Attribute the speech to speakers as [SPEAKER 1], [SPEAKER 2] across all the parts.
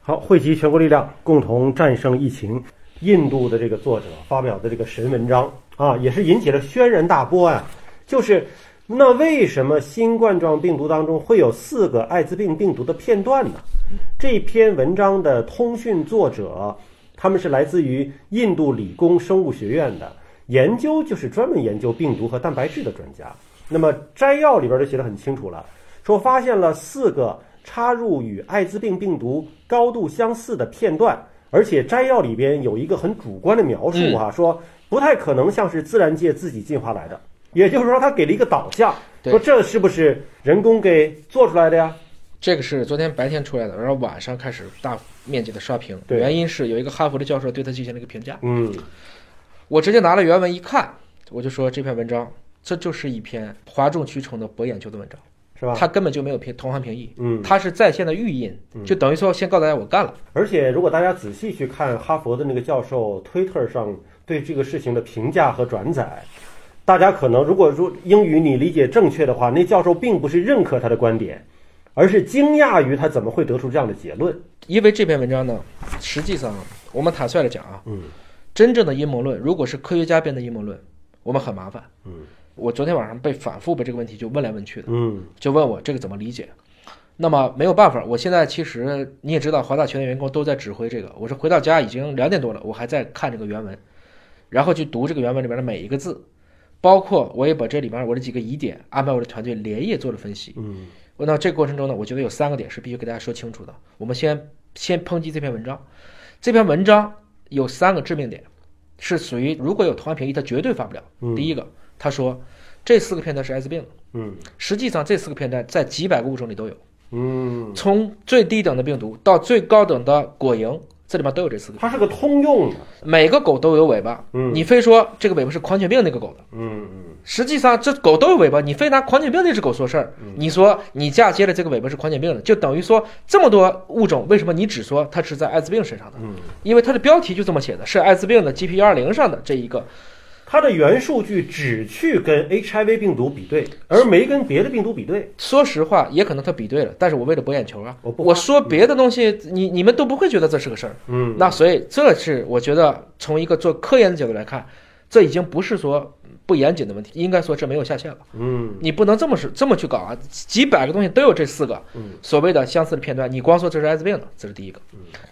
[SPEAKER 1] 好，汇集全国力量，共同战胜疫情。印度的这个作者发表的这个神文章啊，也是引起了轩然大波啊。就是那为什么新冠状病毒当中会有四个艾滋病病毒的片段呢？这篇文章的通讯作者，他们是来自于印度理工生物学院的，研究就是专门研究病毒和蛋白质的专家。那么摘要里边就写得很清楚了，说发现了四个插入与艾滋病病毒高度相似的片段，而且摘要里边有一个很主观的描述哈、说不太可能像是自然界自己进化来的，也就是说他给了一个导向，
[SPEAKER 2] 对
[SPEAKER 1] 说这是不是人工给做出来的呀？
[SPEAKER 2] 这个是昨天白天出来的，然后晚上开始大面积的刷屏，
[SPEAKER 1] 对
[SPEAKER 2] 原因是有一个哈佛的教授对他进行了一个评价。
[SPEAKER 1] 嗯，
[SPEAKER 2] 我直接拿了原文一看，我就说这篇文章这就是一篇哗众取宠的博眼球的文章，
[SPEAKER 1] 是吧？
[SPEAKER 2] 它根本就没有评同行评议，
[SPEAKER 1] 啊嗯，
[SPEAKER 2] 它是在线的预印，就等于说先告诉大家我干了。
[SPEAKER 1] 而且如果大家仔细去看哈佛的那个教授推特上对这个事情的评价和转载，大家可能如果说英语你理解正确的话，那教授并不是认可他的观点，而是惊讶于他怎么会得出这样的结论。
[SPEAKER 2] 因为这篇文章呢，实际上我们坦率的讲啊，
[SPEAKER 1] 嗯，
[SPEAKER 2] 真正的阴谋论，如果是科学家编的阴谋论，我们很麻烦。
[SPEAKER 1] 嗯，
[SPEAKER 2] 我昨天晚上被反复被这个问题就问来问去的，
[SPEAKER 1] 嗯
[SPEAKER 2] 就问我这个怎么理解。那么没有办法，我现在其实你也知道，华大全的员工都在指挥这个。我是回到家已经两点多了，我还在看这个原文，然后去读这个原文里面的每一个字，包括我也把这里面我的几个疑点安排我的团队连夜做了分析。
[SPEAKER 1] 嗯
[SPEAKER 2] 我那这个过程中呢，我觉得有三个点是必须给大家说清楚的。我们先先抨击这篇文章，这篇文章有三个致命点，是属于如果有同行评议，他绝对发不了。
[SPEAKER 1] 嗯
[SPEAKER 2] 第一个，他说这四个片段是艾滋病，
[SPEAKER 1] 嗯
[SPEAKER 2] 实际上这四个片段在几百个物种里都有，
[SPEAKER 1] 嗯，
[SPEAKER 2] 从最低等的病毒到最高等的果蝇，这里面都有这四个。
[SPEAKER 1] 它是个通用的。
[SPEAKER 2] 每个狗都有尾巴，
[SPEAKER 1] 嗯
[SPEAKER 2] 你非说这个尾巴是狂犬病那个狗的。
[SPEAKER 1] 嗯嗯
[SPEAKER 2] 实际上，这狗都有尾巴，你非拿狂犬病那只狗说事儿，
[SPEAKER 1] 嗯
[SPEAKER 2] 你说你嫁接了这个尾巴是狂犬病的，就等于说这么多物种，为什么你只说它是在艾滋病身上的？
[SPEAKER 1] 嗯，
[SPEAKER 2] 因为它的标题就这么写的，是艾滋病的 GP 幺二零上的这一个。
[SPEAKER 1] 它的原数据只去跟 HIV 病毒比对，而没跟别的病毒比对。
[SPEAKER 2] 说实话，也可能它比对了，但是我为了博眼球啊，
[SPEAKER 1] 我
[SPEAKER 2] 我
[SPEAKER 1] 不
[SPEAKER 2] 说别的东西，你你们都不会觉得这是个事儿。
[SPEAKER 1] 嗯
[SPEAKER 2] 那所以这是我觉得从一个做科研的角度来看，这已经不是说不严谨的问题，应该说这没有下限了。
[SPEAKER 1] 嗯
[SPEAKER 2] 你不能这么是这么去搞啊！几百个东西都有这四个
[SPEAKER 1] 嗯
[SPEAKER 2] 所谓的相似的片段，你光说这是艾滋病了，这是第一个。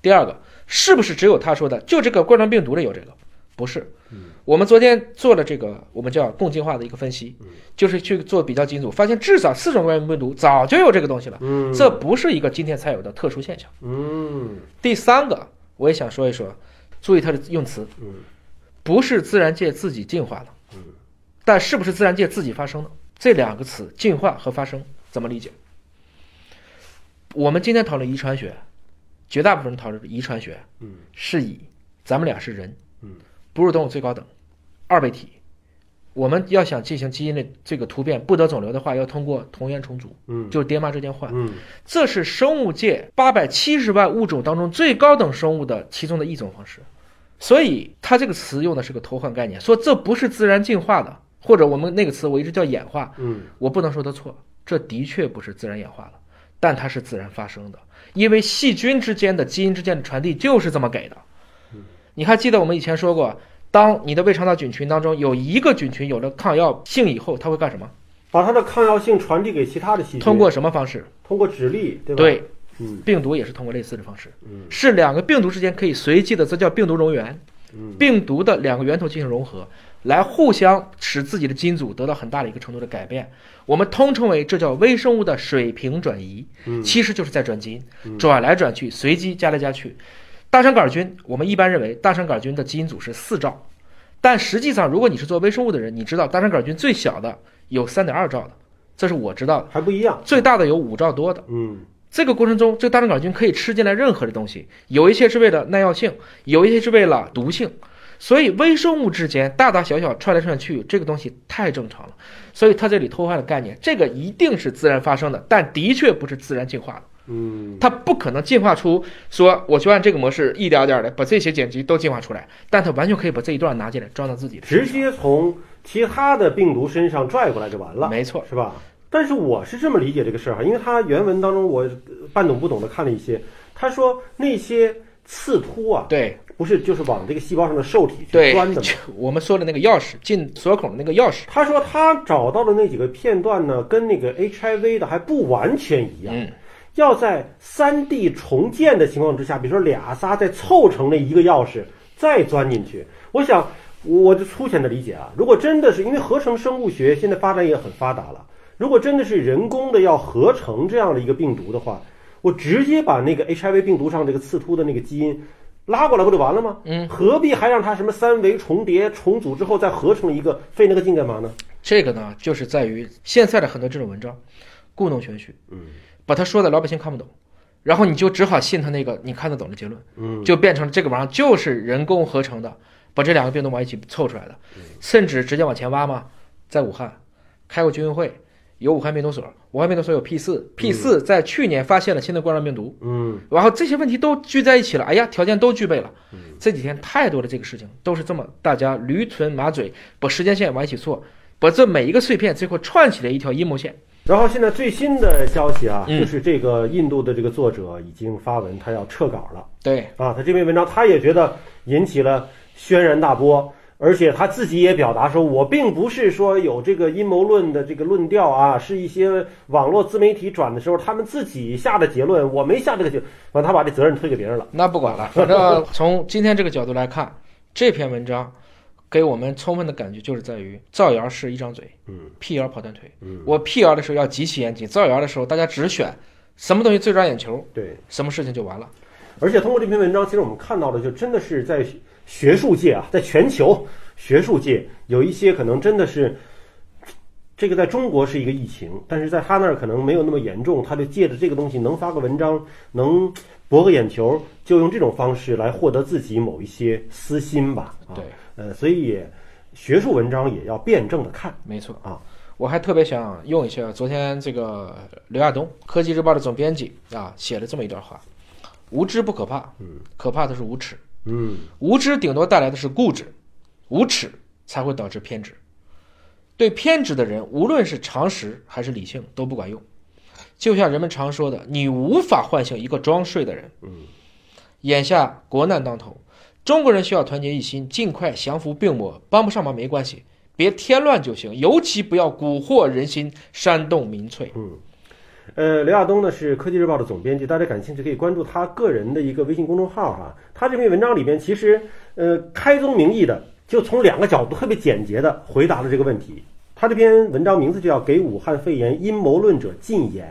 [SPEAKER 2] 第二个，是不是只有他说的就这个冠状病毒里有这个？不是。
[SPEAKER 1] 嗯
[SPEAKER 2] 我们昨天做了这个我们叫共进化的一个分析，
[SPEAKER 1] 嗯
[SPEAKER 2] 就是去做比较基础，发现至少四种冠状病毒早就有这个东西了，
[SPEAKER 1] 嗯
[SPEAKER 2] 这不是一个今天才有的特殊现象。
[SPEAKER 1] 嗯
[SPEAKER 2] 第三个，我也想说一说，注意它的用词，
[SPEAKER 1] 嗯
[SPEAKER 2] 不是自然界自己进化的，
[SPEAKER 1] 嗯，
[SPEAKER 2] 但是不是自然界自己发生的？这两个词“进化”和“发生”怎么理解？我们今天讨论遗传学，绝大部分人讨论遗传学
[SPEAKER 1] 嗯
[SPEAKER 2] 是以咱们俩是人，
[SPEAKER 1] 嗯，
[SPEAKER 2] 哺乳动物最高等，二倍体。我们要想进行基因的这个突变，不得肿瘤的话，要通过同源重组，
[SPEAKER 1] 嗯
[SPEAKER 2] 就是爹妈之间换。
[SPEAKER 1] 嗯
[SPEAKER 2] 这是生物界八百七十万物种当中最高等生物的其中的一种方式，所以它这个词用的是个偷换概念，说这不是自然进化的，或者我们那个词我一直叫演化，
[SPEAKER 1] 嗯
[SPEAKER 2] 我不能说它错，这的确不是自然演化的，但它是自然发生的，因为细菌之间的基因之间的传递就是这么给的。你还记得我们以前说过，当你的胃肠道菌群当中有一个菌群有了抗药性以后，它会干什么？
[SPEAKER 1] 把它的抗药性传递给其他的细菌，
[SPEAKER 2] 通过什么方式？
[SPEAKER 1] 通过指力，对吧？
[SPEAKER 2] 对，
[SPEAKER 1] 嗯
[SPEAKER 2] 病毒也是通过类似的方式。
[SPEAKER 1] 嗯
[SPEAKER 2] 是两个病毒之间可以随机的，这叫病毒溶源，
[SPEAKER 1] 嗯
[SPEAKER 2] 病毒的两个源头进行融合，来互相使自己的基因组得到很大的一个程度的改变。我们通称为这叫微生物的水平转移，
[SPEAKER 1] 嗯
[SPEAKER 2] 其实就是在转基因，转来转去，随机加来加去。大肠杆菌，我们一般认为大肠杆菌的基因组是四兆，但实际上，如果你是做微生物的人，你知道大肠杆菌最小的有三点二兆的，这是我知道的，
[SPEAKER 1] 还不一样。
[SPEAKER 2] 最大的有五兆多的。
[SPEAKER 1] 嗯
[SPEAKER 2] 这个过程中，这个大肠杆菌可以吃进来任何的东西，有一些是为了耐药性，有一些是为了毒性，所以微生物之间大大小小串来串去，这个东西太正常了。所以它这里偷换了概念，这个一定是自然发生的，但的确不是自然进化的，
[SPEAKER 1] 嗯
[SPEAKER 2] 它不可能进化出说我就按这个模式一点点的把这些碱基都进化出来，但它完全可以把这一段拿进来装到自己的身
[SPEAKER 1] 直
[SPEAKER 2] 上
[SPEAKER 1] 接从其他的病毒身上拽过来就完了，
[SPEAKER 2] 没错，
[SPEAKER 1] 是吧？但是我是这么理解这个事儿哈，因为它原文当中我呃半懂不懂的看了一些，他说那些刺突啊，
[SPEAKER 2] 对
[SPEAKER 1] 不是就是往这个细胞上的受体去
[SPEAKER 2] 对
[SPEAKER 1] 钻的，吗？
[SPEAKER 2] 就我们说的那个钥匙进锁孔的那个钥匙，
[SPEAKER 1] 他说他找到的那几个片段呢，跟那个 HIV 的还不完全一样。
[SPEAKER 2] 嗯
[SPEAKER 1] 要在三 D 重建的情况之下，比如说俩仨再凑成了一个钥匙，再钻进去。我想，我就粗浅的理解啊，如果真的是因为合成生物学现在发展也很发达了，如果真的是人工的要合成这样的一个病毒的话，我直接把那个 HIV 病毒上这个刺突的那个基因拉过来不就完了吗？嗯，何必还让它什么三维重叠、重组之后再合成一个，费那个劲干嘛呢？
[SPEAKER 2] 这个呢，就是在于现在的很多这种文章故弄玄虚，嗯，把他说的老百姓看不懂，然后你就只好信他那个你看得懂的结论，嗯，就变成了这个玩意儿就是人工合成的，把这两个病毒往一起凑出来的，甚至直接往前挖嘛，在武汉开过军运会。有武汉病毒所，武汉病毒所有 P 四，P 四在去年发现了新的冠状病毒，
[SPEAKER 1] 嗯，
[SPEAKER 2] 然后这些问题都聚在一起了，哎呀，条件都具备了。这几天太多的这个事情都是这么，大家驴唇马嘴，把时间线往一起错，把这每一个碎片最后串起来一条阴谋线。
[SPEAKER 1] 然后现在最新的消息啊，
[SPEAKER 2] 嗯
[SPEAKER 1] 就是这个印度的这个作者已经发文，他要撤稿了
[SPEAKER 2] 对，
[SPEAKER 1] 啊。他这篇文章他也觉得引起了轩然大波，而且他自己也表达说，我并不是说有这个阴谋论的这个论调啊，是一些网络自媒体转的时候他们自己下的结论，我没下这个结论。完，他把这责任推给别人了。
[SPEAKER 2] 那不管了， 反正从今天这个角度来看，这篇文章给我们充分的感觉就是在于造谣是一张嘴，
[SPEAKER 1] 嗯
[SPEAKER 2] 辟谣跑断腿。
[SPEAKER 1] 嗯，
[SPEAKER 2] 我辟谣的时候要极其严谨，造谣的时候大家只选什么东西最抓眼球，
[SPEAKER 1] 对。
[SPEAKER 2] 什么事情就完了。
[SPEAKER 1] 而且通过这篇文章，其实我们看到的就真的是在学学术界啊，在全球学术界有一些可能真的是。这个在中国是一个疫情，但是在他那儿可能没有那么严重，他就借着这个东西能发个文章，能博个眼球，就用这种方式来获得自己某一些私心吧。啊、
[SPEAKER 2] 对，
[SPEAKER 1] 呃，所以也学术文章也要辩证的看
[SPEAKER 2] 没错
[SPEAKER 1] 啊。
[SPEAKER 2] 我还特别想用一下昨天这个刘亚东，科技日报的总编辑啊，写了这么一段话：无知不可怕，嗯，可怕的是无耻。
[SPEAKER 1] 嗯，
[SPEAKER 2] 无知顶多带来的是固执，无耻才会导致偏执。对偏执的人，无论是常识还是理性都不管用。就像人们常说的，你无法唤醒一个装睡的人。嗯，眼下国难当头，中国人需要团结一心，尽快降服病魔。帮不上忙没关系，别添乱就行。尤其不要蛊惑人心，煽动民粹。
[SPEAKER 1] 呃，刘亚东呢是科技日报的总编辑，大家感兴趣可以关注他个人的一个微信公众号哈、他这篇文章里边其实呃开宗明义的，就从两个角度特别简洁的回答了这个问题。他这篇文章名字就叫《给武汉肺炎阴谋论者禁言》。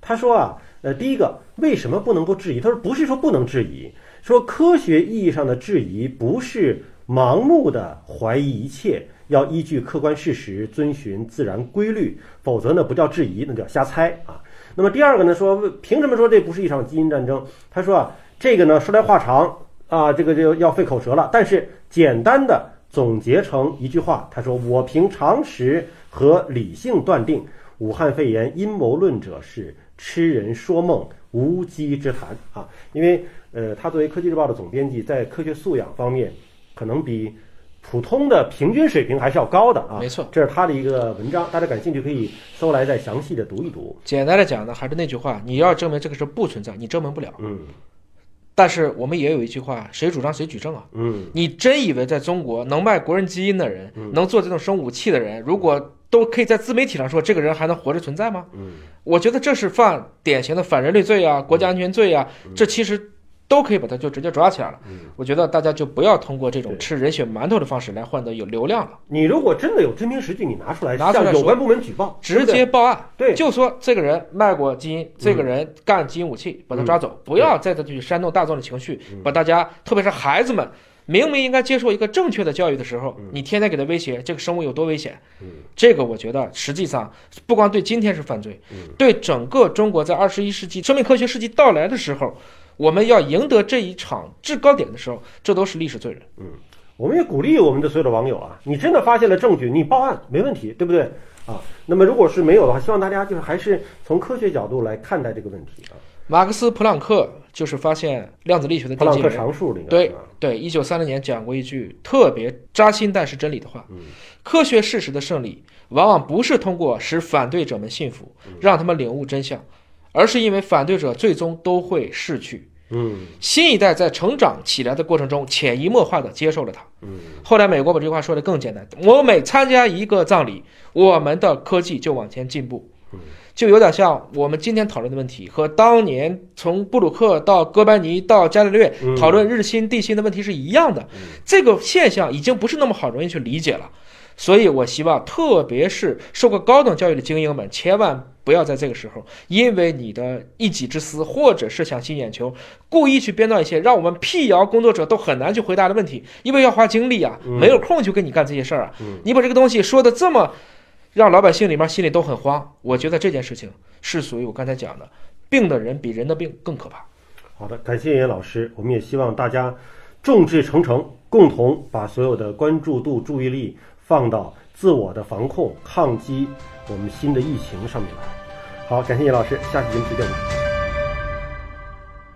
[SPEAKER 1] 他说啊，呃，第一个为什么不能够质疑？他说不是说不能质疑，说科学意义上的质疑不是盲目的怀疑一切，要依据客观事实，遵循自然规律，否则呢不叫质疑，那叫瞎猜啊。那么第二个呢，说为凭什么说这不是一场基因战争？他说啊，这个呢说来话长啊，这个就要费口舌了，但是简单的总结成一句话，他说我凭常识和理性断定，武汉肺炎阴谋论者是痴人说梦、无稽之谈啊！因为呃，他作为科技日报的总编辑，在科学素养方面，可能比普通的平均水平还是要高的啊。
[SPEAKER 2] 没错，
[SPEAKER 1] 这是他的一个文章，大家感兴趣可以搜来再详细的读一读。
[SPEAKER 2] 简单的讲呢，还是那句话，你要证明这个事不存在，你证明不了。
[SPEAKER 1] 嗯
[SPEAKER 2] 但是我们也有一句话，谁主张谁举证啊。
[SPEAKER 1] 嗯
[SPEAKER 2] 你真以为在中国能卖国人基因的人，能做这种生物武器的人，如果都可以在自媒体上说这个人还能活着存在吗？
[SPEAKER 1] 嗯，
[SPEAKER 2] 我觉得这是犯典型的反人类罪啊，国家安全罪啊，
[SPEAKER 1] 嗯
[SPEAKER 2] 这其实都可以把他就直接抓起来了。我觉得大家就不要通过这种
[SPEAKER 1] 对
[SPEAKER 2] 吃人血馒头的方式来换得有流量了，
[SPEAKER 1] 你如果真的有真凭实据，你拿出来
[SPEAKER 2] 拿出来
[SPEAKER 1] 向有
[SPEAKER 2] 说
[SPEAKER 1] 关部门举报，
[SPEAKER 2] 直
[SPEAKER 1] 对
[SPEAKER 2] 接报案，
[SPEAKER 1] 对嗯
[SPEAKER 2] 就说这个人卖过基因，这个人干基因武器，把他抓走，不要再再去煽动大众的情绪，
[SPEAKER 1] 嗯
[SPEAKER 2] 把大家，特别是孩子们。明明应该接受一个正确的教育的时
[SPEAKER 1] 嗯
[SPEAKER 2] 候，你天天给他威胁这个生物有多危险，这个我觉得实际上不光对今天是犯罪，
[SPEAKER 1] 嗯
[SPEAKER 2] 对整个中国在二十一世纪生命科学世纪到来的时候，我们要赢得这一场制高点的时候，这都是历史罪人。
[SPEAKER 1] 我们也鼓励我们的所有的网友啊，你真的发现了证据，你报案没问题，对不对啊？那么如果是没有的话，希望大家就是还是从科学角度来看待这个问题啊。
[SPEAKER 2] 马克思普朗克就是发现量子力学的
[SPEAKER 1] 普
[SPEAKER 2] 奠
[SPEAKER 1] 朗
[SPEAKER 2] 基
[SPEAKER 1] 克
[SPEAKER 2] 人。
[SPEAKER 1] 常数里面，
[SPEAKER 2] 对
[SPEAKER 1] 啊
[SPEAKER 2] 对，一九三零年讲过一句特别扎心但是真理的话：科学事实的胜利，往往不是通过使反对者们信服，让他们领悟真相，而是因为反对者最终都会逝去，
[SPEAKER 1] 嗯
[SPEAKER 2] 新一代在成长起来的过程中，潜移默化的接受了它。
[SPEAKER 1] 嗯，
[SPEAKER 2] 后来美国把这句话说的更简单：我每参加一个葬礼，我们的科技就往前进步
[SPEAKER 1] 嗯，
[SPEAKER 2] 就有点像我们今天讨论的问题，和当年从布鲁克到哥白尼到伽利略
[SPEAKER 1] 嗯
[SPEAKER 2] 讨论日心地心的问题是一样的。这个现象已经不是那么好容易去理解了，所以我希望，特别是受过高等教育的精英们，千万。不要在这个时候，因为你的一己之私，或者是想吸引眼球，故意去编造一些让我们辟谣工作者都很难去回答的问题，因为要花精力啊，
[SPEAKER 1] 嗯
[SPEAKER 2] 没有空去跟你干这些事儿啊。
[SPEAKER 1] 嗯
[SPEAKER 2] 你把这个东西说的这么，让老百姓里面心里都很慌。我觉得这件事情是属于我刚才讲的，病的人比人的病更可怕。
[SPEAKER 1] 好的，感谢严老师，我们也希望大家众志成城，共同把所有的关注度、注意力放到自我的防控、抗击我们新的疫情上面来。好，感谢严老师，下期节目再见。